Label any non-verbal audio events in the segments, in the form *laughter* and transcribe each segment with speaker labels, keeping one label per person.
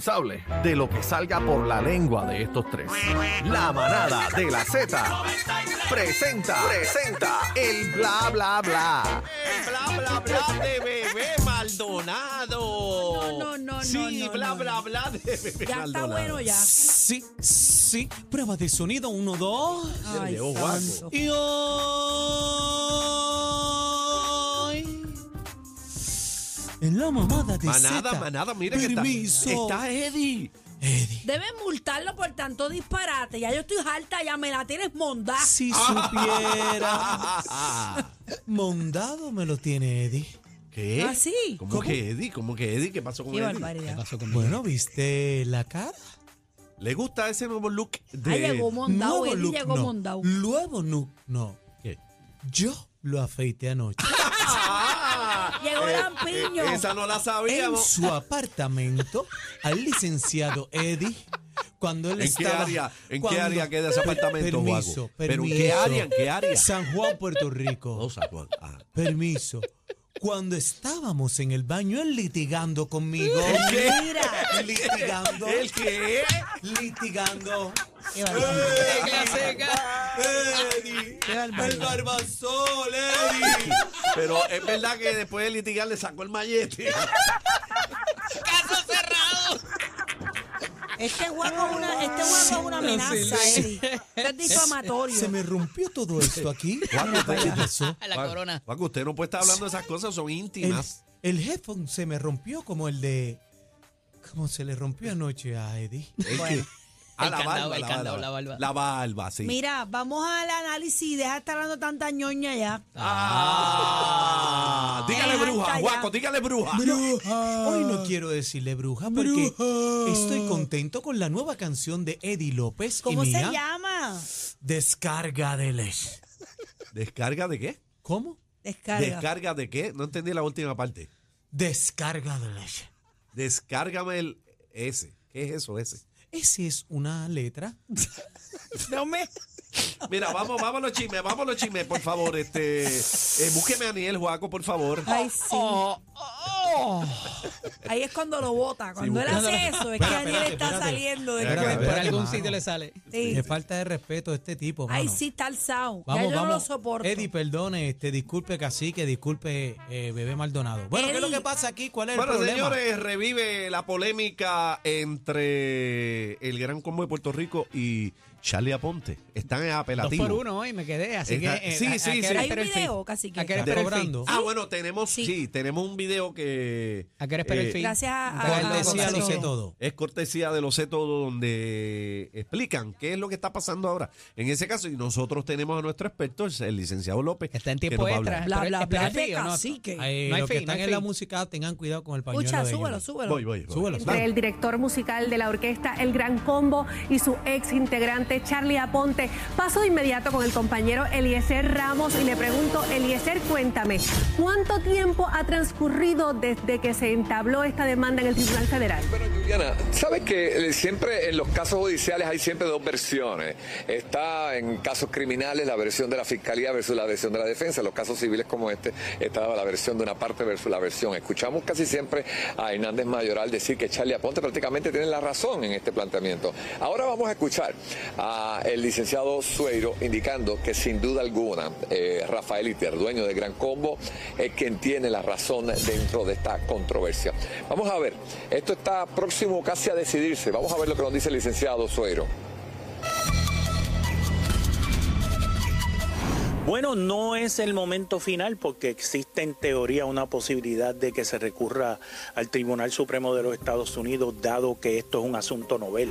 Speaker 1: responsable de lo que salga por la lengua de estos tres. La manada de la Z presenta, presenta el bla bla bla.
Speaker 2: El bla bla bla de bebé Maldonado.
Speaker 3: No, no, no, no,
Speaker 2: Sí,
Speaker 3: no,
Speaker 2: bla
Speaker 3: no.
Speaker 2: bla bla de bebé
Speaker 3: Ya está
Speaker 2: Maldonado.
Speaker 3: bueno ya.
Speaker 4: Sí, sí. Prueba de sonido 1, 2.
Speaker 3: Ay,
Speaker 2: llegó
Speaker 3: santo.
Speaker 4: Y hoy. En la mamada de
Speaker 2: Manada,
Speaker 4: Zeta.
Speaker 2: manada, mira que está.
Speaker 4: Permiso.
Speaker 2: Está Eddie.
Speaker 4: Eddie.
Speaker 3: Deben multarlo por tanto disparate. Ya yo estoy harta, ya me la tienes mondá.
Speaker 4: Si
Speaker 2: Ah.
Speaker 4: supiera. Mondado me lo tiene Eddie.
Speaker 2: ¿Qué?
Speaker 3: ¿Ah, sí?
Speaker 2: ¿Cómo,
Speaker 4: ¿Cómo?
Speaker 2: que Eddie? ¿Cómo que Eddie? ¿Qué pasó con
Speaker 3: Qué
Speaker 4: *laughs*
Speaker 2: Eddie?
Speaker 3: barbaridad.
Speaker 4: Bueno, ¿viste la cara?
Speaker 2: ¿Le gusta ese nuevo look de
Speaker 3: Ahí llegó mondado,
Speaker 4: Nuevo
Speaker 3: él
Speaker 4: look,
Speaker 3: llegó
Speaker 4: no.
Speaker 3: mondado.
Speaker 4: Nuevo look, no. Yo lo afeité anoche.
Speaker 2: Ah,
Speaker 3: Llegó
Speaker 2: eh,
Speaker 3: Lampiño.
Speaker 2: eh, Esa no la
Speaker 4: en
Speaker 2: sabíamos.
Speaker 4: su apartamento al licenciado Eddie cuando él
Speaker 2: ¿En qué
Speaker 4: estaba
Speaker 2: área? ¿En qué
Speaker 4: cuando-
Speaker 2: área queda ese apartamento,
Speaker 4: permiso,
Speaker 2: Guago? ¿Pero en
Speaker 4: permiso.
Speaker 2: qué área? ¿En qué área?
Speaker 4: San Juan, Puerto Rico.
Speaker 2: No, San Juan. Ah.
Speaker 4: Permiso. Cuando estábamos en el baño él litigando conmigo.
Speaker 3: Mira.
Speaker 4: litigando.
Speaker 2: ¿El qué?
Speaker 4: litigando.
Speaker 3: Qué barbaridad.
Speaker 4: Eddie, el barbasol, Eddie.
Speaker 2: Pero es verdad que después de litigar le sacó el mallete.
Speaker 3: Este guapo es una, este guapo es una amenaza, Eddie.
Speaker 2: *laughs*
Speaker 3: Este es difamatorio.
Speaker 4: Se me rompió todo esto aquí. ¿Qué pasó?
Speaker 5: A la corona.
Speaker 2: Paco, usted no puede estar hablando de esas cosas, son
Speaker 4: El,
Speaker 2: íntimas.
Speaker 4: el headphone se me rompió como el de. Como se le rompió anoche a Eddie.
Speaker 2: Es que- Ah,
Speaker 5: El
Speaker 2: la
Speaker 5: candado,
Speaker 2: barba,
Speaker 5: el
Speaker 2: la
Speaker 5: candado,
Speaker 2: barba.
Speaker 5: la barba.
Speaker 2: La barba, sí.
Speaker 3: Mira, vamos al análisis. Deja de estar dando tanta ñoña ya.
Speaker 2: Ah, dígale
Speaker 3: Deja
Speaker 2: bruja,
Speaker 3: callar.
Speaker 2: guaco, dígale bruja.
Speaker 4: Hoy no quiero decirle bruja porque estoy contento con la nueva canción de Eddie López
Speaker 3: ¿Cómo
Speaker 4: y
Speaker 3: se
Speaker 4: mía,
Speaker 3: llama?
Speaker 4: Descarga de Ley.
Speaker 2: ¿Descarga de qué?
Speaker 4: ¿Cómo?
Speaker 3: Descarga.
Speaker 2: ¿Descarga de qué? No entendí la última parte.
Speaker 4: Descarga de Ley.
Speaker 2: Descárgame el S. ¿Qué es eso, ese?
Speaker 4: Esa es una letra.
Speaker 3: No me-
Speaker 2: Mira, vamos, vamos a los chismes, vamos a los chismes, por favor. Este, eh, búsqueme a Niel, Juaco, por favor.
Speaker 3: Ay, sí.
Speaker 2: Oh,
Speaker 3: Ahí es cuando lo bota. Cuando él
Speaker 4: buscando-
Speaker 3: hace eso, es que
Speaker 4: Espérate,
Speaker 3: Daniel
Speaker 4: espérate,
Speaker 3: está
Speaker 4: espérate.
Speaker 3: saliendo de
Speaker 2: Espérate,
Speaker 3: cabeza.
Speaker 5: Por
Speaker 4: Espérate,
Speaker 5: algún
Speaker 4: mano.
Speaker 5: sitio le sale.
Speaker 3: Sí.
Speaker 4: Qué falta de respeto a este tipo.
Speaker 3: Ay,
Speaker 4: mano.
Speaker 3: sí, está alzado. Ya
Speaker 4: Vamos,
Speaker 3: yo
Speaker 4: vamos.
Speaker 3: no lo soporto.
Speaker 4: Eddie, perdone, este, disculpe Cacique, disculpe eh, Bebé Maldonado. Bueno, ¿qué es
Speaker 3: Eddie.
Speaker 4: lo que pasa aquí? ¿Cuál es
Speaker 2: Bueno,
Speaker 4: el problema?
Speaker 2: señores, revive la polémica entre el Gran Combo de Puerto Rico y Charlie Aponte. Están en
Speaker 5: Dos
Speaker 2: apelativo.
Speaker 5: por uno hoy me quedé, así
Speaker 2: Está-
Speaker 5: que... eh,
Speaker 2: sí,
Speaker 5: a- a-
Speaker 2: sí,
Speaker 5: a qué
Speaker 2: sí.
Speaker 5: hora
Speaker 3: Hay un
Speaker 5: espero el fin.
Speaker 3: video, Cacique.
Speaker 5: ¿A qué hora
Speaker 4: Está
Speaker 5: espero el
Speaker 4: cobrando.
Speaker 5: fin?
Speaker 2: Ah, bueno, tenemos, sí.
Speaker 3: Sí.
Speaker 2: tenemos un video que...
Speaker 5: ¿A qué hora espero el fin?
Speaker 3: Gracias a-
Speaker 5: Ah,
Speaker 3: a-
Speaker 5: Gonzalo.
Speaker 4: Cortesía
Speaker 3: a-
Speaker 4: lo sé
Speaker 3: Gonzalo.
Speaker 4: todo.
Speaker 2: Es cortesía de los setos donde explican qué es lo que está pasando ahora. En ese caso, y nosotros tenemos a nuestro experto, el licenciado López.
Speaker 5: Que está en
Speaker 2: que
Speaker 5: tiempo
Speaker 2: nos va a
Speaker 5: extra.
Speaker 2: hablar.
Speaker 3: Bla,
Speaker 5: Pero
Speaker 3: bla,
Speaker 5: espera
Speaker 3: bla,
Speaker 5: el
Speaker 3: de
Speaker 5: frío, ¿no?
Speaker 3: cacique.
Speaker 4: Ay,
Speaker 5: No hay
Speaker 4: los que
Speaker 5: fin, no
Speaker 4: están
Speaker 5: hay
Speaker 4: en la
Speaker 5: fin.
Speaker 4: música tengan cuidado con el pañuelo.
Speaker 3: Escucha,
Speaker 4: de ellos.
Speaker 3: súbelo, súbelo.
Speaker 2: Voy, voy, voy.
Speaker 4: Súbelo,
Speaker 6: entre el director musical de la orquesta El Gran Combo y su ex integrante Charlie Aponte. Paso de inmediato con el compañero Eliezer Ramos y le pregunto, Eliezer, cuéntame, ¿cuánto tiempo ha transcurrido desde que se entabló esta demanda en el Tribunal Federal?
Speaker 7: Bueno, Juliana, sabes que eh, siempre en los casos judiciales hay siempre dos versiones. Está en casos criminales la versión de la fiscalía versus la versión de la defensa. En los casos civiles como este está la versión de una parte versus la versión. Escuchamos casi siempre a Hernández Mayoral decir que Charlie Aponte prácticamente tiene la razón en este planteamiento. Ahora vamos a escuchar al licenciado Sueiro indicando que sin duda alguna eh, Rafael Iter, dueño de Gran Combo, es quien tiene la razón dentro de esta controversia. Vamos a ver, esto está próximo casi a decidirse. Vamos a ver lo que nos dice el licenciado Suero.
Speaker 8: Bueno, no es el momento final porque existe en teoría una posibilidad de que se recurra al Tribunal Supremo de los Estados Unidos, dado que esto es un asunto novel.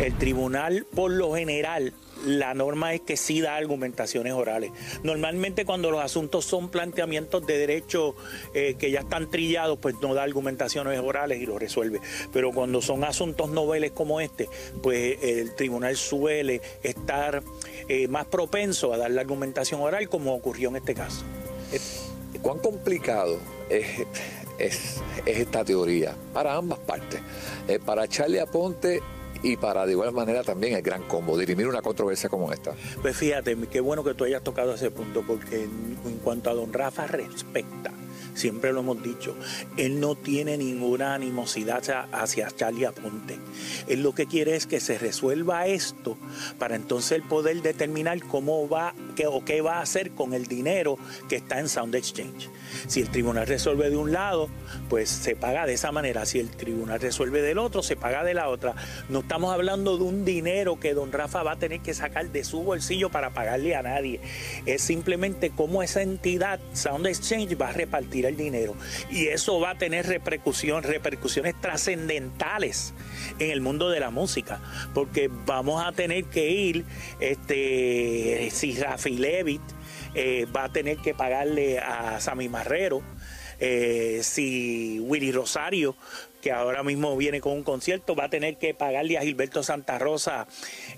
Speaker 8: El tribunal, por lo general, la norma es que sí da argumentaciones orales. Normalmente cuando los asuntos son planteamientos de derecho eh, que ya están trillados, pues no da argumentaciones orales y lo resuelve. Pero cuando son asuntos noveles como este, pues el tribunal suele estar eh, más propenso a dar la argumentación oral como ocurrió en este caso.
Speaker 7: ¿Cuán complicado es, es- es esta teoría para ambas partes? Eh, para Charlie Aponte y para de igual manera también el gran combo, dirimir una controversia como esta.
Speaker 8: Pues fíjate, qué bueno que tú hayas tocado ese punto porque en, en cuanto a don Rafa respecta siempre lo hemos dicho, él no tiene ninguna animosidad hacia- hacia Charlie Aponte. Él lo que quiere es que se resuelva esto para entonces él poder determinar cómo va qué, o qué va a hacer con el dinero que está en Sound Exchange. Si el tribunal resuelve de un lado, pues se paga de esa manera. Si el tribunal resuelve del otro, se paga de la otra. No estamos hablando de un dinero que don Rafa va a tener que sacar de su bolsillo para pagarle a nadie. Es simplemente cómo esa entidad, Sound Exchange, va a repartir el dinero. Y eso va a tener repercusión, repercusiones trascendentales en el mundo de la música. Porque vamos a tener que ir, este, si Rafi Levitt eh, va a tener que pagarle a Sammy Marrero. Eh, si Willy Rosario, que ahora mismo viene con un concierto, va a tener que pagarle a Gilberto Santa Rosa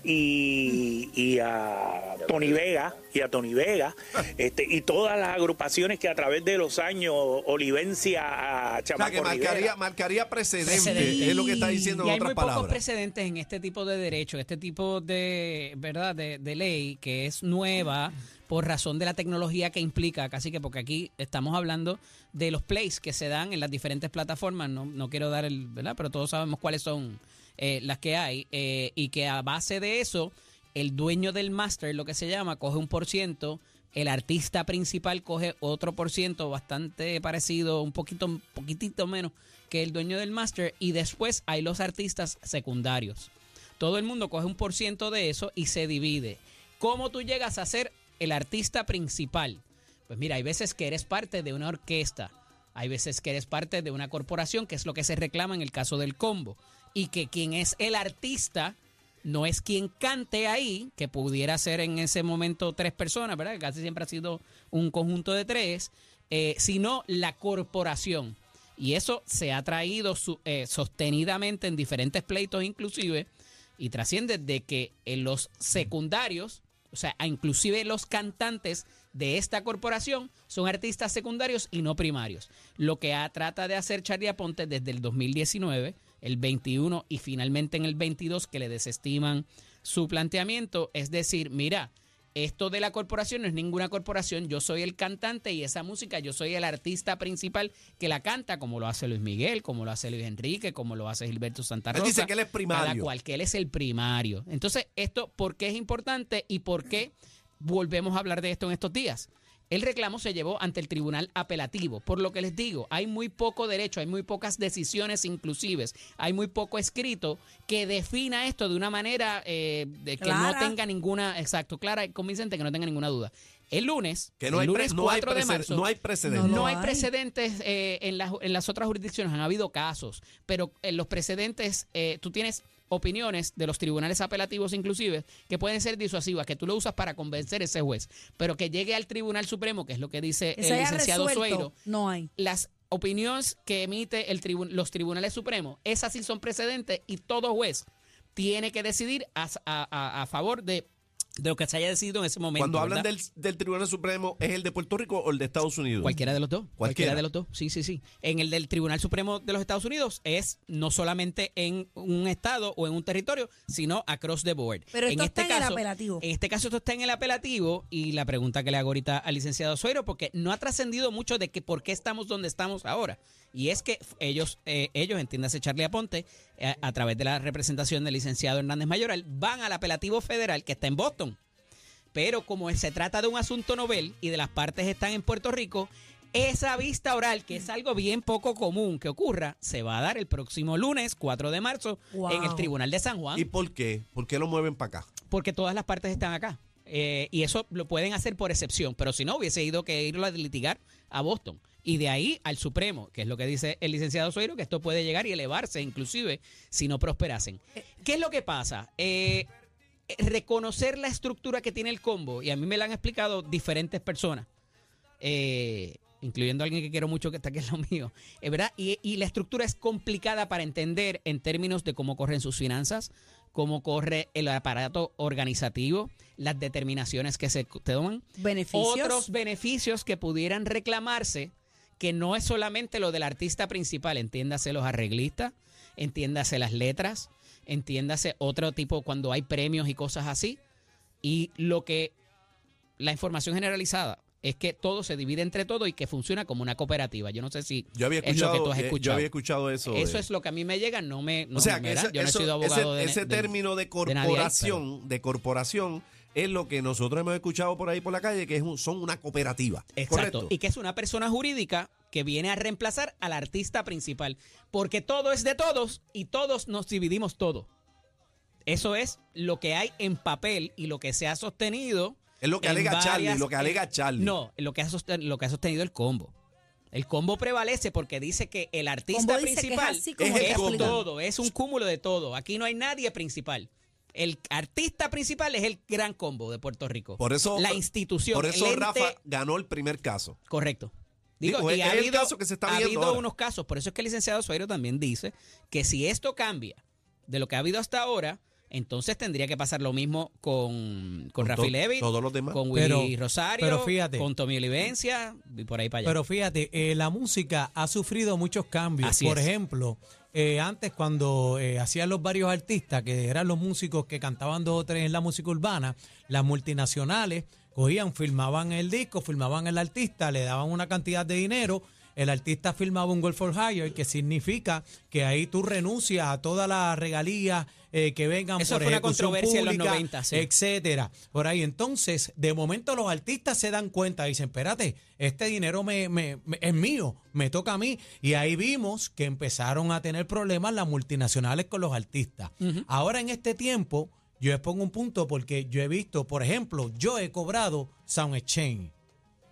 Speaker 8: y, y a Tony Vega, y a
Speaker 2: *laughs*
Speaker 8: Tony Vega, este, y todas las agrupaciones que a través de los años, Olivencia, a
Speaker 2: O sea,
Speaker 8: Chamaco
Speaker 2: que marcaría,
Speaker 8: Rivera.
Speaker 2: marcaría precedente,
Speaker 5: Precedente.
Speaker 2: es lo que está diciendo
Speaker 5: y
Speaker 2: en
Speaker 5: hay
Speaker 2: otras
Speaker 5: muy pocos
Speaker 2: palabras.
Speaker 5: precedentes en este tipo de derecho, este tipo de verdad de, de ley que es nueva por razón de la tecnología que implica, casi que porque aquí estamos hablando de los plays que se dan en las diferentes plataformas, no, no quiero dar el, ¿verdad? Pero todos sabemos cuáles son eh, las que hay eh, y que a base de eso el dueño del master, lo que se llama, coge un por ciento, el artista principal coge otro por ciento bastante parecido, un poquito, un poquitito menos que el dueño del master, y después hay los artistas secundarios. Todo el mundo coge un por ciento de eso y se divide. ¿Cómo tú llegas a ser el artista principal? Pues mira, hay veces que eres parte de una orquesta, hay veces que eres parte de una corporación, que es lo que se reclama en el caso del combo, y que quien es el artista no es quien cante ahí, que pudiera ser en ese momento tres personas, ¿verdad? Que casi siempre ha sido un conjunto de tres, eh, sino la corporación. Y eso se ha traído su- eh, sostenidamente en diferentes pleitos inclusive, y trasciende de que en los secundarios, o sea, inclusive los cantantes de esta corporación son artistas secundarios y no primarios. Lo que ha- trata de hacer Charlie Aponte desde el 2019, el 21 y finalmente en el 22 que le desestiman su planteamiento es decir, mira, esto de la corporación no es ninguna corporación, yo soy el cantante y esa música, yo soy el artista principal que la canta, como lo hace Luis Miguel, como lo hace Luis Enrique, como lo hace Gilberto Santa
Speaker 2: Él
Speaker 5: Rosa.
Speaker 2: dice que él es primario.
Speaker 5: Cada cual, que él es el primario. Entonces, esto, ¿por qué es importante y por qué volvemos a hablar de esto en estos días? El reclamo se llevó ante el tribunal apelativo. Por lo que les digo, hay muy poco derecho, hay muy pocas decisiones inclusives, hay muy poco escrito que defina esto de una manera eh, de que no
Speaker 3: Clara.
Speaker 5: tenga ninguna, exacto, clara y convincente, que no tenga ninguna duda. El lunes,
Speaker 2: Que no
Speaker 5: el
Speaker 2: hay, pre-
Speaker 5: lunes
Speaker 2: no hay
Speaker 5: 4 de
Speaker 2: preced-
Speaker 5: marzo,
Speaker 2: no hay precedente.
Speaker 3: No
Speaker 5: no
Speaker 3: lo
Speaker 5: hay
Speaker 3: hay.
Speaker 5: precedentes eh, en, las, en las otras jurisdicciones, han habido casos, pero en los precedentes eh, tú tienes opiniones de los tribunales apelativos inclusive que pueden ser disuasivas, que tú lo usas para convencer a ese juez, pero que llegue al Tribunal Supremo, que es lo que dice
Speaker 3: Que
Speaker 5: el
Speaker 3: se haya
Speaker 5: licenciado
Speaker 3: resuelto,
Speaker 5: Sueiro,
Speaker 3: no hay.
Speaker 5: las opiniones que emite el tribu- los tribunales supremos, esas sí son precedentes y todo juez tiene que decidir a, a- a- a favor de, de lo que se haya decidido en ese momento.
Speaker 2: Cuando hablan
Speaker 5: ¿verdad?
Speaker 2: del, del Tribunal Supremo, ¿es el de Puerto Rico o el de Estados Unidos?
Speaker 5: Cualquiera de los dos. Cualquiera.
Speaker 2: Cualquiera.
Speaker 5: de los dos. Sí, sí, sí. En el del Tribunal Supremo de los Estados Unidos es no solamente en un estado o en un territorio, sino across the board. este
Speaker 3: Pero esto está en el apelativo.
Speaker 5: En este caso esto está en el apelativo y la pregunta que le hago ahorita al licenciado Suero, porque no ha trascendido mucho de que por qué estamos donde estamos ahora. Y es que ellos, eh, ellos entiéndase Charlie Aponte, eh, a través de la representación del licenciado Hernández Mayoral, van al apelativo federal que está en Boston pero como se trata de un asunto novel y de las partes están en Puerto Rico, esa vista oral, que es algo bien poco común que ocurra, se va a dar el próximo lunes, 4 de marzo,
Speaker 3: Wow.
Speaker 5: en el Tribunal de San Juan,
Speaker 2: ¿Y por qué? ¿Por qué lo mueven para acá?
Speaker 5: porque todas las partes están acá. Eh, y eso lo pueden hacer por excepción, pero si no, hubiese ido que irlo a litigar a Boston. Y de ahí al Supremo, que es lo que dice el licenciado Suero, que esto puede llegar y elevarse inclusive si no prosperasen. ¿Qué es lo que pasa? Eh, eh, reconocer la estructura que tiene el combo, y a mí me la han explicado diferentes personas, eh, incluyendo a alguien que quiero mucho que está aquí en lo mío, es verdad, y, y la estructura es complicada para entender en términos de cómo corren sus finanzas, cómo corre el aparato organizativo, las determinaciones que se toman,
Speaker 3: Beneficios.
Speaker 5: otros beneficios que pudieran reclamarse, que no es solamente lo del artista principal, entiéndase los arreglistas, entiéndase las letras, entiéndase otro tipo cuando hay premios y cosas así. Y lo que la información generalizada es que todo se divide entre todo y que funciona como una cooperativa. Yo no sé si
Speaker 2: Yo había
Speaker 5: es lo que tú
Speaker 2: escuchado,
Speaker 5: has
Speaker 2: eh,
Speaker 5: escuchado.
Speaker 2: yo había escuchado eso.
Speaker 5: Eso
Speaker 2: de-
Speaker 5: es lo que a mí me llega, no me. No
Speaker 2: o sea,
Speaker 5: me-
Speaker 2: que
Speaker 5: ¿verdad?
Speaker 2: ese,
Speaker 5: yo no he
Speaker 2: eso-
Speaker 5: sido abogado
Speaker 2: ese,
Speaker 5: de-
Speaker 2: ese
Speaker 5: de-
Speaker 2: término de
Speaker 5: nadie ahí,
Speaker 2: corporación, de corporación, es lo que nosotros hemos escuchado por ahí por la calle, que es un- son una cooperativa.
Speaker 5: Exacto.
Speaker 2: ¿Correcto?
Speaker 5: Y que es una persona jurídica que viene a reemplazar al artista principal. Porque todo es de todos y todos nos dividimos todo. Eso es lo que hay en papel y lo que se ha sostenido.
Speaker 2: Es lo que
Speaker 5: en
Speaker 2: alega Charlie,
Speaker 5: varias-
Speaker 2: lo que alega Charlie.
Speaker 5: No, lo que ha sostenido, lo que ha sostenido el combo. El combo prevalece porque dice que el artista
Speaker 3: Combo dice que es
Speaker 5: principal
Speaker 3: así como
Speaker 2: Es el
Speaker 5: es
Speaker 2: combo.
Speaker 5: todo, es un cúmulo de todo. Aquí no hay nadie principal. El artista principal es el gran combo de Puerto Rico.
Speaker 2: Por eso,
Speaker 5: la institución.
Speaker 2: Por eso
Speaker 5: el ente-
Speaker 2: Rafa ganó el primer caso.
Speaker 5: Correcto. Digo,
Speaker 2: Digo,
Speaker 5: y
Speaker 2: es-
Speaker 5: ha
Speaker 2: es el
Speaker 5: habido,
Speaker 2: caso que se está
Speaker 5: ha
Speaker 2: viendo
Speaker 5: habido
Speaker 2: ahora.
Speaker 5: unos casos, por eso es que el licenciado Suero también dice que si esto cambia de lo que ha habido hasta ahora, entonces tendría que pasar lo mismo con, con, Rafi
Speaker 2: to-
Speaker 5: Levy,
Speaker 2: todos los demás.
Speaker 5: con
Speaker 4: Pero-
Speaker 5: Willy Rosario,
Speaker 4: pero fíjate.
Speaker 5: con Tommy Olivencia y por ahí para allá.
Speaker 4: Pero fíjate, eh, la música ha sufrido muchos cambios.
Speaker 5: Así
Speaker 4: Por
Speaker 5: es.
Speaker 4: ejemplo, eh, antes cuando eh, hacían los varios artistas, que eran los músicos que cantaban dos o tres en la música urbana, las multinacionales cogían, filmaban el disco, filmaban el artista, le daban una cantidad de dinero. El artista filmaba un Gold for Hire, que significa que ahí tú renuncias a todas las regalías eh, que vengan
Speaker 5: Eso
Speaker 4: por
Speaker 5: fue una
Speaker 4: ejecución
Speaker 5: controversia en los
Speaker 4: pública,
Speaker 5: 90, sí.
Speaker 4: etcétera. Por ahí, entonces, de momento los artistas se dan cuenta, dicen, espérate, este dinero me, me- me- es mío, me toca a mí. Y ahí vimos que empezaron a tener problemas las multinacionales con los artistas. Ahora en este tiempo, yo les pongo un punto porque yo he visto, por ejemplo, yo he cobrado Sound Exchange.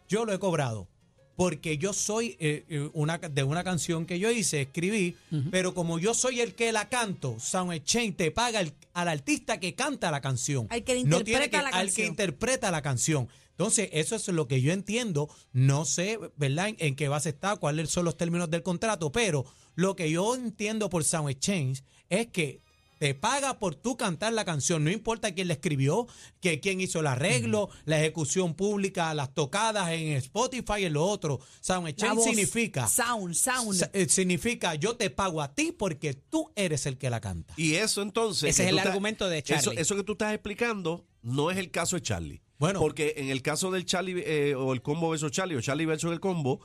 Speaker 4: Yo lo he cobrado. Porque yo soy eh, eh, una, ca- de una canción que yo hice, escribí, pero como yo soy el que la canto, Sound Exchange te paga el- al artista que canta la canción.
Speaker 3: Al que le
Speaker 4: No tiene
Speaker 3: interpreta la
Speaker 4: Al que
Speaker 3: canción.
Speaker 4: interpreta la canción. Entonces, eso es lo que yo entiendo. No sé, ¿verdad?, en, en qué base está, cuáles son los términos del contrato, pero lo que yo entiendo por Sound Exchange es que te paga por tú cantar la canción, no importa quién la escribió, que quién hizo el arreglo, la ejecución pública, las tocadas en Spotify y lo otro. Sound
Speaker 3: La
Speaker 4: Exchange
Speaker 3: voz.
Speaker 4: significa
Speaker 3: Sound, sound.
Speaker 4: sa- eh, significa yo te pago a ti porque tú eres el que la canta.
Speaker 2: Y eso entonces.
Speaker 5: Ese
Speaker 2: que
Speaker 5: es
Speaker 2: tú
Speaker 5: el
Speaker 2: estás-
Speaker 5: argumento de
Speaker 2: eso-
Speaker 5: Charlie.
Speaker 2: Eso, que tú estás explicando no es el caso de Charlie.
Speaker 4: Bueno.
Speaker 2: Porque en el caso del Charlie eh, o el combo versus Charlie o Charlie versus el combo,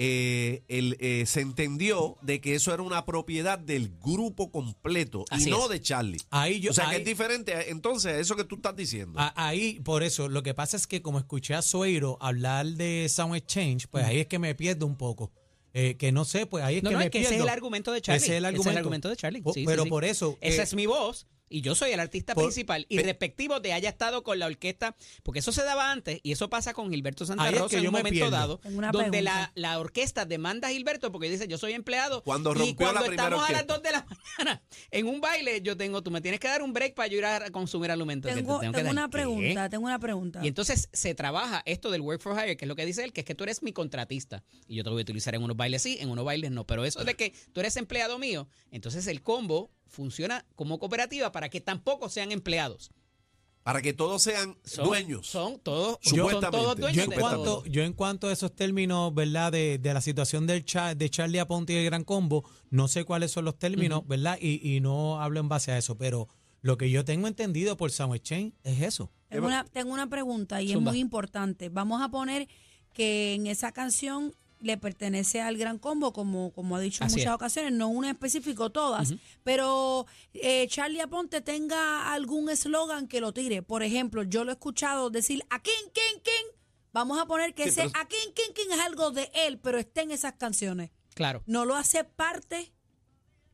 Speaker 2: eh, el, eh, se entendió de que eso era una propiedad del grupo completo
Speaker 5: Así
Speaker 2: y no
Speaker 5: es.
Speaker 2: de Charlie.
Speaker 4: Ahí yo-
Speaker 2: o sea
Speaker 4: ahí-
Speaker 2: que es diferente eh, entonces a eso que tú estás diciendo.
Speaker 5: Ah.
Speaker 4: A- Ahí, por eso, lo que pasa es que como escuché a Sueiro hablar de Sound Exchange, pues ahí es que me pierdo un poco. Eh, que no sé, pues ahí es
Speaker 5: no,
Speaker 4: que
Speaker 5: no,
Speaker 4: me
Speaker 5: es que ese es
Speaker 4: pierdo.
Speaker 5: el argumento de Charlie.
Speaker 4: Ese es el argumento,
Speaker 5: de Charlie.
Speaker 4: Oh,
Speaker 5: sí, sí,
Speaker 4: pero
Speaker 5: sí.
Speaker 4: por eso...
Speaker 5: Esa
Speaker 4: eh,
Speaker 5: es mi voz y yo soy el artista
Speaker 4: por-
Speaker 5: principal y
Speaker 4: pe-
Speaker 5: respectivo de haya estado con la orquesta, porque eso se daba antes y eso pasa con Gilberto Santa
Speaker 4: Ahí es
Speaker 5: Rosa
Speaker 4: que
Speaker 5: en
Speaker 4: yo
Speaker 5: un
Speaker 4: me
Speaker 5: momento
Speaker 4: pierdo.
Speaker 5: dado,
Speaker 3: Tengo una
Speaker 5: donde la,
Speaker 3: pregunta.
Speaker 5: la orquesta demanda a Gilberto porque dice yo soy empleado
Speaker 2: Cuando
Speaker 5: y
Speaker 2: rompió
Speaker 5: cuando
Speaker 2: la primera
Speaker 5: estamos a las
Speaker 2: orquesta.
Speaker 5: 2 de la *laughs* mañana en un baile yo tengo, tú me tienes que dar un break para yo ir a consumir alimento. que te
Speaker 3: Tengo,
Speaker 5: tengo que
Speaker 3: tengo
Speaker 5: dar.
Speaker 3: una
Speaker 5: ¿Qué?
Speaker 3: pregunta, tengo una pregunta.
Speaker 5: Y entonces se trabaja esto del work for hire, que es lo que dice él, que es que tú eres mi contratista. Y yo te voy a utilizar en unos bailes sí, en unos bailes no. Pero eso de que tú eres empleado mío, entonces el combo funciona como cooperativa para que tampoco sean empleados.
Speaker 2: para que todos sean
Speaker 5: Son-
Speaker 2: dueños.
Speaker 5: Son todos, son
Speaker 2: Supuestamente.
Speaker 5: todos
Speaker 4: yo
Speaker 5: dueños
Speaker 4: en
Speaker 5: de
Speaker 4: cuanto
Speaker 5: todo.
Speaker 4: yo en cuanto a esos términos verdad de, de la situación del cha- de Charlie Aponte y el Gran Combo no sé cuáles son los términos verdad y, y no hablo en base a eso pero lo que yo tengo entendido por Samuel Chain es eso
Speaker 3: Tengo una, tengo una pregunta y
Speaker 5: Zumba.
Speaker 3: es muy importante. Vamos a poner que en esa canción le pertenece al Gran Combo, como, como ha dicho en
Speaker 5: Así
Speaker 3: muchas
Speaker 5: es.
Speaker 3: ocasiones, no una en específico, todas. Pero eh, Charlie Aponte tenga algún eslogan que lo tire. Por ejemplo, yo lo he escuchado decir a King, King, King. Vamos a poner que
Speaker 2: Sí,
Speaker 3: ese
Speaker 2: pero-
Speaker 3: a King, King, King es algo de él, pero está en esas canciones.
Speaker 5: Claro.
Speaker 3: No lo hace parte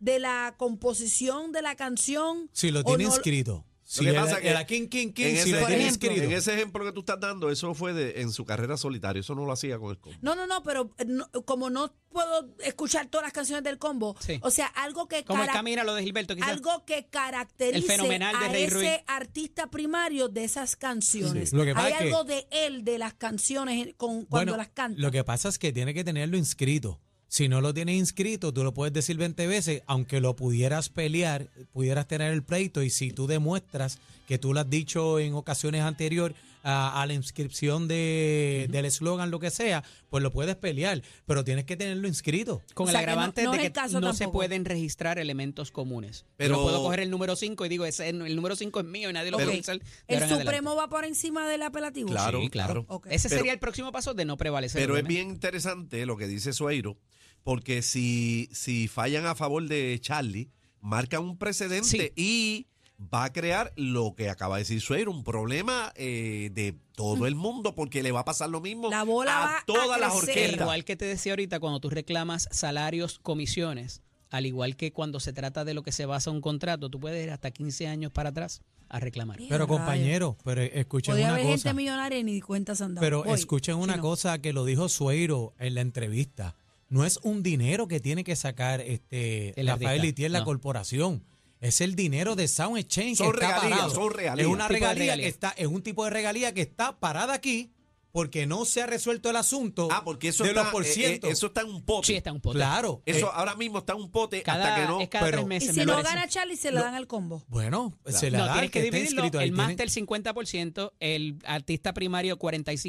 Speaker 3: de la composición de la canción.
Speaker 4: si lo
Speaker 3: o
Speaker 4: tiene
Speaker 3: no-
Speaker 4: inscrito si
Speaker 2: que
Speaker 4: el-
Speaker 2: pasa que
Speaker 4: el King King King
Speaker 2: en,
Speaker 4: si
Speaker 2: ese,
Speaker 4: lo tiene
Speaker 2: ejemplo,
Speaker 4: inscrito
Speaker 2: en ese ejemplo que tú estás dando, eso fue de, en su carrera solitaria. Eso no lo hacía con el combo.
Speaker 3: No, no, no, pero eh, no- como no puedo escuchar todas las canciones del combo,
Speaker 5: Sí.
Speaker 3: o sea, algo que,
Speaker 5: Como el
Speaker 3: cara-
Speaker 5: camina lo de Gilberto, quizás.
Speaker 3: algo que caracterice
Speaker 5: El fenomenal de
Speaker 3: a
Speaker 5: Rey
Speaker 3: ese
Speaker 5: Ruiz.
Speaker 3: artista primario de esas canciones.
Speaker 4: Sí. Lo que pasa
Speaker 3: Hay
Speaker 4: es que-
Speaker 3: algo de él, de las canciones, en- con, cuando
Speaker 4: Bueno,
Speaker 3: las canta.
Speaker 4: Lo que pasa es que tiene que tenerlo inscrito. Si no lo tienes inscrito, tú lo puedes decir 20 veces, aunque lo pudieras pelear, pudieras tener el pleito y si tú demuestras que tú lo has dicho en ocasiones anterior, a, a la inscripción de, del eslogan, lo que sea, pues lo puedes pelear, pero tienes que tenerlo inscrito.
Speaker 5: Con
Speaker 3: O sea,
Speaker 5: el
Speaker 3: que no-
Speaker 5: agravante
Speaker 3: no es
Speaker 5: de
Speaker 3: el
Speaker 5: que
Speaker 3: caso
Speaker 5: no se
Speaker 3: tampoco.
Speaker 5: pueden registrar elementos comunes.
Speaker 2: Pero-
Speaker 5: Pero puedo coger el número 5 y digo, ese, el número 5 es mío y nadie lo
Speaker 3: Ok.
Speaker 5: puede usar. de
Speaker 3: El
Speaker 5: ahora en adelante.
Speaker 3: Supremo va por encima del apelativo.
Speaker 2: Claro,
Speaker 5: Sí, claro.
Speaker 3: Ok.
Speaker 5: Ese
Speaker 2: Pero-
Speaker 5: sería el próximo paso de no prevalecer.
Speaker 2: Pero es
Speaker 5: obviamente.
Speaker 2: bien interesante lo que dice Sueiro, porque si, si fallan a favor de Charlie, marca un precedente y va a crear lo que acaba de decir Sueiro, un problema eh, de todo el mundo, porque le va a pasar lo mismo
Speaker 3: La bola
Speaker 2: a
Speaker 3: va a
Speaker 2: todas las
Speaker 3: crecer.
Speaker 2: orquestas.
Speaker 5: Igual que te decía ahorita, cuando tú reclamas salarios, comisiones, al igual que cuando se trata de lo que se basa un contrato, tú puedes ir hasta 15 años para atrás a reclamar.
Speaker 3: Mira,
Speaker 4: Pero
Speaker 3: rayos.
Speaker 4: compañero, pero escuchen
Speaker 3: Podía
Speaker 4: una
Speaker 3: haber
Speaker 4: cosa.
Speaker 3: gente millonaria y ni cuentas han dado.
Speaker 4: Pero
Speaker 3: Voy.
Speaker 4: escuchen una
Speaker 3: Sí, no.
Speaker 4: cosa que lo dijo Sueiro en la entrevista. No es un dinero que tiene que sacar este
Speaker 5: El
Speaker 4: Rafael
Speaker 5: artista,
Speaker 4: Litier, la
Speaker 5: no.
Speaker 4: corporación. Es el dinero de Sound Exchange
Speaker 2: Son
Speaker 4: que está
Speaker 2: regalías,
Speaker 4: parado.
Speaker 2: son regalías.
Speaker 4: Es una
Speaker 5: Tipo de
Speaker 4: regalía,
Speaker 5: regalía.
Speaker 4: que está, es un tipo de regalía que está parada aquí porque no se ha resuelto el asunto
Speaker 2: Ah, porque eso,
Speaker 4: de
Speaker 2: está,
Speaker 4: los por
Speaker 2: eh, eh,
Speaker 4: ciento.
Speaker 2: eso está en un pote.
Speaker 5: Sí, está un pote.
Speaker 4: Claro.
Speaker 2: Eso
Speaker 4: eh,
Speaker 2: ahora mismo está en un pote
Speaker 5: Cada,
Speaker 2: hasta que no.
Speaker 5: es cada
Speaker 4: pero-
Speaker 5: tres
Speaker 3: Y
Speaker 5: meses.
Speaker 3: si
Speaker 5: me
Speaker 3: no
Speaker 5: parece.
Speaker 3: gana Charlie, se la dan al combo.
Speaker 4: bueno, se le
Speaker 5: no,
Speaker 4: da
Speaker 5: tienes
Speaker 4: el que,
Speaker 5: que
Speaker 4: esté
Speaker 5: dividirlo.
Speaker 4: inscrito. ahí
Speaker 5: El
Speaker 4: tiene-
Speaker 5: máster 50%, el artista primario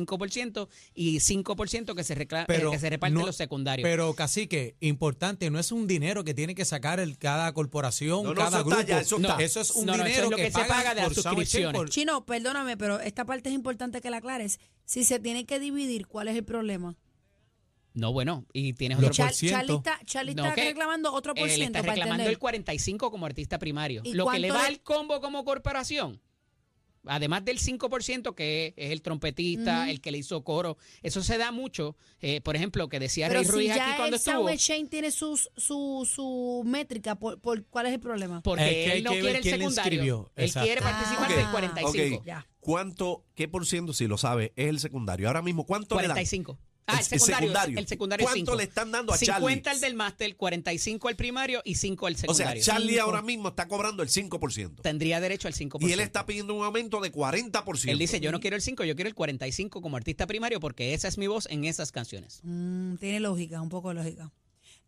Speaker 5: 45% y 5% que se, recla- eh, que se reparte
Speaker 4: no-
Speaker 5: los secundarios.
Speaker 4: Pero cacique, importante, no es un dinero que tiene que sacar el, cada corporación,
Speaker 2: No, no,
Speaker 4: cada
Speaker 2: eso está
Speaker 4: grupo.
Speaker 2: ya, eso está.
Speaker 4: es un
Speaker 5: No, no, eso
Speaker 4: dinero
Speaker 5: es lo
Speaker 4: que,
Speaker 5: que se
Speaker 4: pagas
Speaker 5: paga de las
Speaker 4: por Sound Exchange,
Speaker 5: suscripciones.
Speaker 4: por-
Speaker 3: Chino, perdóname, pero esta parte es importante que la aclares. Si se tiene que dividir, ¿cuál es el problema?
Speaker 5: no, bueno, y tienes
Speaker 4: Lo
Speaker 5: otro
Speaker 4: por
Speaker 3: Char-
Speaker 5: porcentaje.
Speaker 4: ciento.
Speaker 3: Charlie está, Charlie
Speaker 5: No,
Speaker 3: está
Speaker 5: que
Speaker 3: reclamando otro por
Speaker 5: Él
Speaker 3: ciento
Speaker 5: está
Speaker 3: para
Speaker 5: Eh, reclamando
Speaker 3: entender.
Speaker 5: el 45 como artista primario.
Speaker 3: ¿Y
Speaker 5: Lo que le
Speaker 3: cuánto
Speaker 5: da
Speaker 3: de-
Speaker 5: al combo como corporación, además del 5% que es el trompetista, el que le hizo coro, eso se da mucho. Eh, por ejemplo, que decía
Speaker 3: Pero
Speaker 5: Rey
Speaker 3: si
Speaker 5: Ruiz aquí
Speaker 3: ya
Speaker 5: cuando
Speaker 3: el Sound
Speaker 5: estuvo,
Speaker 3: Exchange tiene sus- su, su métrica, por, por- ¿cuál es el problema?
Speaker 5: porque
Speaker 4: Es que hay
Speaker 5: él no
Speaker 4: que ver
Speaker 5: quiere el
Speaker 4: quién le
Speaker 5: secundario.
Speaker 4: inscribió.
Speaker 5: Él
Speaker 4: Exacto.
Speaker 5: quiere participar
Speaker 3: Ah,
Speaker 5: del 45.
Speaker 2: ok.
Speaker 3: Ya.
Speaker 2: ¿Cuánto, qué por ciento, si lo sabe, es el secundario? Ahora mismo, ¿cuánto le dan?
Speaker 5: 45. Ah, el,
Speaker 2: El- el
Speaker 5: secundario.
Speaker 2: secundario.
Speaker 5: El secundario
Speaker 2: ¿Cuánto
Speaker 5: cinco.
Speaker 2: le están dando a
Speaker 5: 50
Speaker 2: Charlie?
Speaker 5: el del máster, 45 el primario y 5 el
Speaker 2: O sea,
Speaker 5: secundario.
Speaker 2: Charlie
Speaker 5: Cinco.
Speaker 2: ahora mismo está cobrando el 5%.
Speaker 5: tendría derecho al 5%.
Speaker 2: Y él está pidiendo un aumento de 40%.
Speaker 5: Él dice, yo no quiero el 5, yo quiero el 45 como artista primario porque esa es mi voz en esas canciones.
Speaker 3: Mm, tiene lógica, un poco de lógica.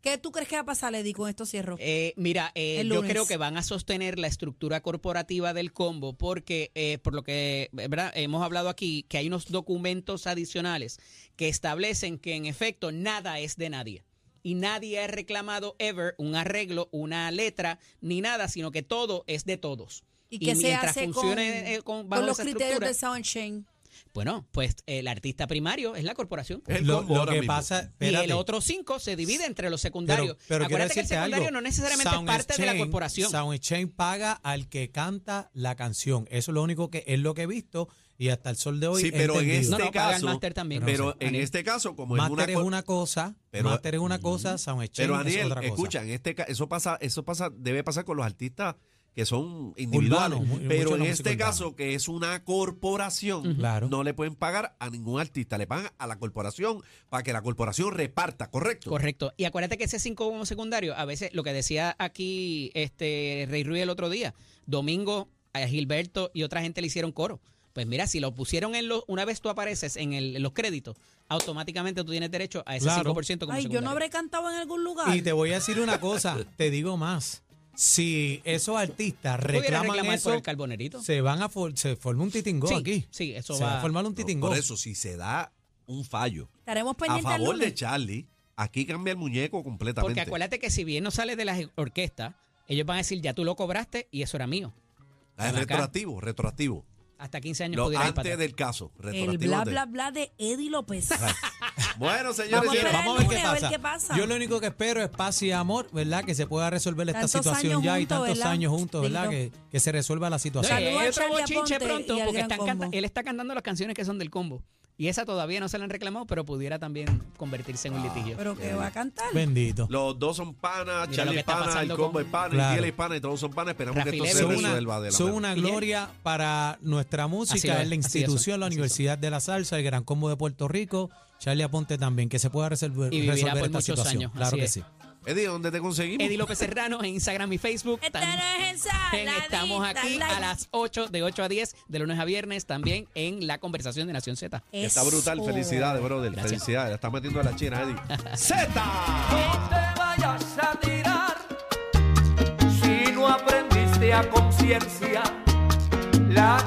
Speaker 3: ¿Qué tú crees que va a pasar, Eddie, con estos cierros?
Speaker 5: Eh, mira, eh,
Speaker 3: El
Speaker 5: yo
Speaker 3: lunes.
Speaker 5: creo que van a sostener la estructura corporativa del combo porque, eh, por lo que ¿verdad? hemos hablado aquí, que hay unos documentos adicionales que establecen que en efecto nada es de nadie. Y nadie ha reclamado ever un arreglo, una letra, ni nada, sino que todo es de todos.
Speaker 3: ¿Y qué se
Speaker 5: mientras
Speaker 3: hace con,
Speaker 5: funcione, eh, con-
Speaker 3: con
Speaker 5: bajo
Speaker 3: los
Speaker 5: esa
Speaker 3: criterios
Speaker 5: estructura,
Speaker 3: de Sound Exchange?
Speaker 5: Bueno, pues el artista primario es la corporación.
Speaker 2: Es el
Speaker 4: Lo,
Speaker 2: combo
Speaker 4: lo
Speaker 2: ahora
Speaker 4: que
Speaker 2: mismo.
Speaker 4: pasa,
Speaker 5: Y el
Speaker 4: espérate.
Speaker 5: otro cinco se divide entre los secundarios.
Speaker 4: Pero, pero quiero
Speaker 5: Acuérdate que el
Speaker 4: decirte
Speaker 5: secundario
Speaker 4: algo.
Speaker 5: no necesariamente
Speaker 4: Sound
Speaker 5: es parte de la
Speaker 4: Exchange-
Speaker 5: corporación.
Speaker 4: Sound Exchange paga al que canta la canción. Eso es lo único que es lo que he visto y hasta el sol de hoy.
Speaker 2: Sí,
Speaker 4: he
Speaker 2: pero en
Speaker 4: entendido.
Speaker 2: este
Speaker 5: No, no, paga el
Speaker 2: caso.
Speaker 5: máster también.
Speaker 2: Pero
Speaker 5: No sé.
Speaker 2: en
Speaker 5: Aniel.
Speaker 2: este caso, como es una.
Speaker 4: Máster es
Speaker 2: co-
Speaker 4: una cosa,
Speaker 2: Pero-
Speaker 4: Máster es una cosa, Sound Exchange
Speaker 2: pero
Speaker 4: es
Speaker 2: Daniel,
Speaker 4: otra cosa.
Speaker 2: escucha, en este ca- eso pasa, eso pasa, debe pasar con los artistas que son individuales.
Speaker 4: Urbano, mu- mucho
Speaker 2: pero en
Speaker 4: la música
Speaker 2: este
Speaker 4: urbana.
Speaker 2: caso, que es una corporación,
Speaker 4: Claro.
Speaker 2: no le pueden pagar a ningún artista, le pagan a la corporación para que la corporación reparta, ¿correcto?
Speaker 5: Correcto. Y acuérdate que ese 5 como secundario, a veces lo que decía aquí este Rey Ruiz el otro día, Domingo, a Gilberto y otra gente le hicieron coro. Pues mira, si lo pusieron en los, una vez tú apareces en, el- en los créditos, automáticamente tú tienes derecho a ese
Speaker 4: Claro.
Speaker 5: 5% como
Speaker 3: Ay, yo no
Speaker 5: secundario.
Speaker 3: habré cantado en algún lugar.
Speaker 4: Y te voy a decir una cosa, te digo más. Si esos artistas
Speaker 5: ¿Tú quieres
Speaker 4: reclaman
Speaker 5: reclamar
Speaker 4: eso,
Speaker 5: por el carbonerito?
Speaker 4: se van a for- se forma un titingo
Speaker 5: Sí,
Speaker 4: aquí.
Speaker 5: sí, eso
Speaker 4: se va.
Speaker 5: va-
Speaker 4: a formar un
Speaker 2: Pero
Speaker 4: titingo.
Speaker 2: Por eso, si se da un fallo
Speaker 3: Estaremos
Speaker 2: a
Speaker 3: pendientes el
Speaker 2: favor de
Speaker 3: lunes.
Speaker 2: Charlie, aquí cambia el muñeco completamente.
Speaker 5: Porque acuérdate que si bien no sales de las orquestas, ellos van a decir, ya tú lo cobraste y eso era mío.
Speaker 2: Ah, es
Speaker 5: Acá.
Speaker 2: retroactivo, retroactivo.
Speaker 5: Hasta 15 años
Speaker 2: Lo-
Speaker 5: pudiera ir para
Speaker 2: antes
Speaker 5: atrás.
Speaker 2: del caso, retroactivo.
Speaker 3: El bla,
Speaker 2: antes.
Speaker 3: bla, bla de Eddie López.
Speaker 2: *laughs* Bueno, señores,
Speaker 3: Vamos a
Speaker 4: Vamos,
Speaker 2: señores,
Speaker 3: esperar
Speaker 4: a
Speaker 3: el
Speaker 4: ver qué
Speaker 3: lunes, a ver
Speaker 4: pasa.
Speaker 3: qué pasa.
Speaker 4: Yo lo único que espero es paz y amor, ¿verdad? Que se pueda resolver esta
Speaker 3: Tantos
Speaker 4: situación
Speaker 3: años
Speaker 4: ya y
Speaker 3: juntos,
Speaker 4: tantos
Speaker 3: ¿verdad?
Speaker 4: años juntos, ¿verdad? Que,
Speaker 3: Bendito.
Speaker 4: que se resuelva la
Speaker 5: No,
Speaker 4: situación.
Speaker 5: y hay
Speaker 3: Saluda a
Speaker 5: otro
Speaker 3: Charlie
Speaker 5: bochinche
Speaker 3: Aponte
Speaker 5: pronto,
Speaker 3: y al
Speaker 5: porque
Speaker 3: Gran
Speaker 5: están canta-
Speaker 3: Combo.
Speaker 5: él está cantando las canciones que son del combo. Y esa todavía no se la han reclamado, pero pudiera también convertirse en un litigio.
Speaker 3: Pero que va a cantar.
Speaker 4: Bendito.
Speaker 2: los dos son panas,
Speaker 5: Mira lo
Speaker 2: Charlie
Speaker 5: que
Speaker 2: es
Speaker 5: está
Speaker 2: pana, el
Speaker 5: pasando
Speaker 2: combo
Speaker 5: con-
Speaker 2: es pana,
Speaker 4: Claro.
Speaker 2: y Fiel es pana, y todos son panas. Esperamos
Speaker 5: Rafi
Speaker 2: que esto
Speaker 5: Leve.
Speaker 2: se
Speaker 4: Son
Speaker 2: resuelva
Speaker 4: una,
Speaker 2: de la
Speaker 4: son
Speaker 2: manera.
Speaker 4: una
Speaker 5: Bien.
Speaker 4: gloria para nuestra
Speaker 5: Así
Speaker 4: música,
Speaker 5: lo
Speaker 4: es la
Speaker 5: es, así
Speaker 4: institución,
Speaker 5: son,
Speaker 4: la
Speaker 5: así
Speaker 4: Universidad de la Salsa, el Gran Combo de Puerto Rico, Charlie Aponte también, que se pueda resolver,
Speaker 5: Y vivirá
Speaker 4: resolver
Speaker 5: por
Speaker 4: esta
Speaker 5: muchos
Speaker 4: situación.
Speaker 5: años,
Speaker 4: Claro
Speaker 5: así
Speaker 4: que
Speaker 5: es.
Speaker 4: sí.
Speaker 2: Eddie, ¿dónde te conseguimos?
Speaker 5: Eddie López Serrano en Instagram y Facebook.
Speaker 3: Esta
Speaker 5: Tan-
Speaker 3: no es
Speaker 5: en
Speaker 3: ensaladita,
Speaker 5: Estamos aquí
Speaker 3: like.
Speaker 5: a las 8, de 8 a 10, de lunes a viernes, también en la conversación de Nación Z.
Speaker 2: Está brutal,
Speaker 3: Eso.
Speaker 2: felicidades, brother.
Speaker 5: Gracias.
Speaker 2: Felicidades, la está metiendo a la china, Eddie. ¡Z!
Speaker 9: No te vayas a tirar si no aprendiste a conciencia la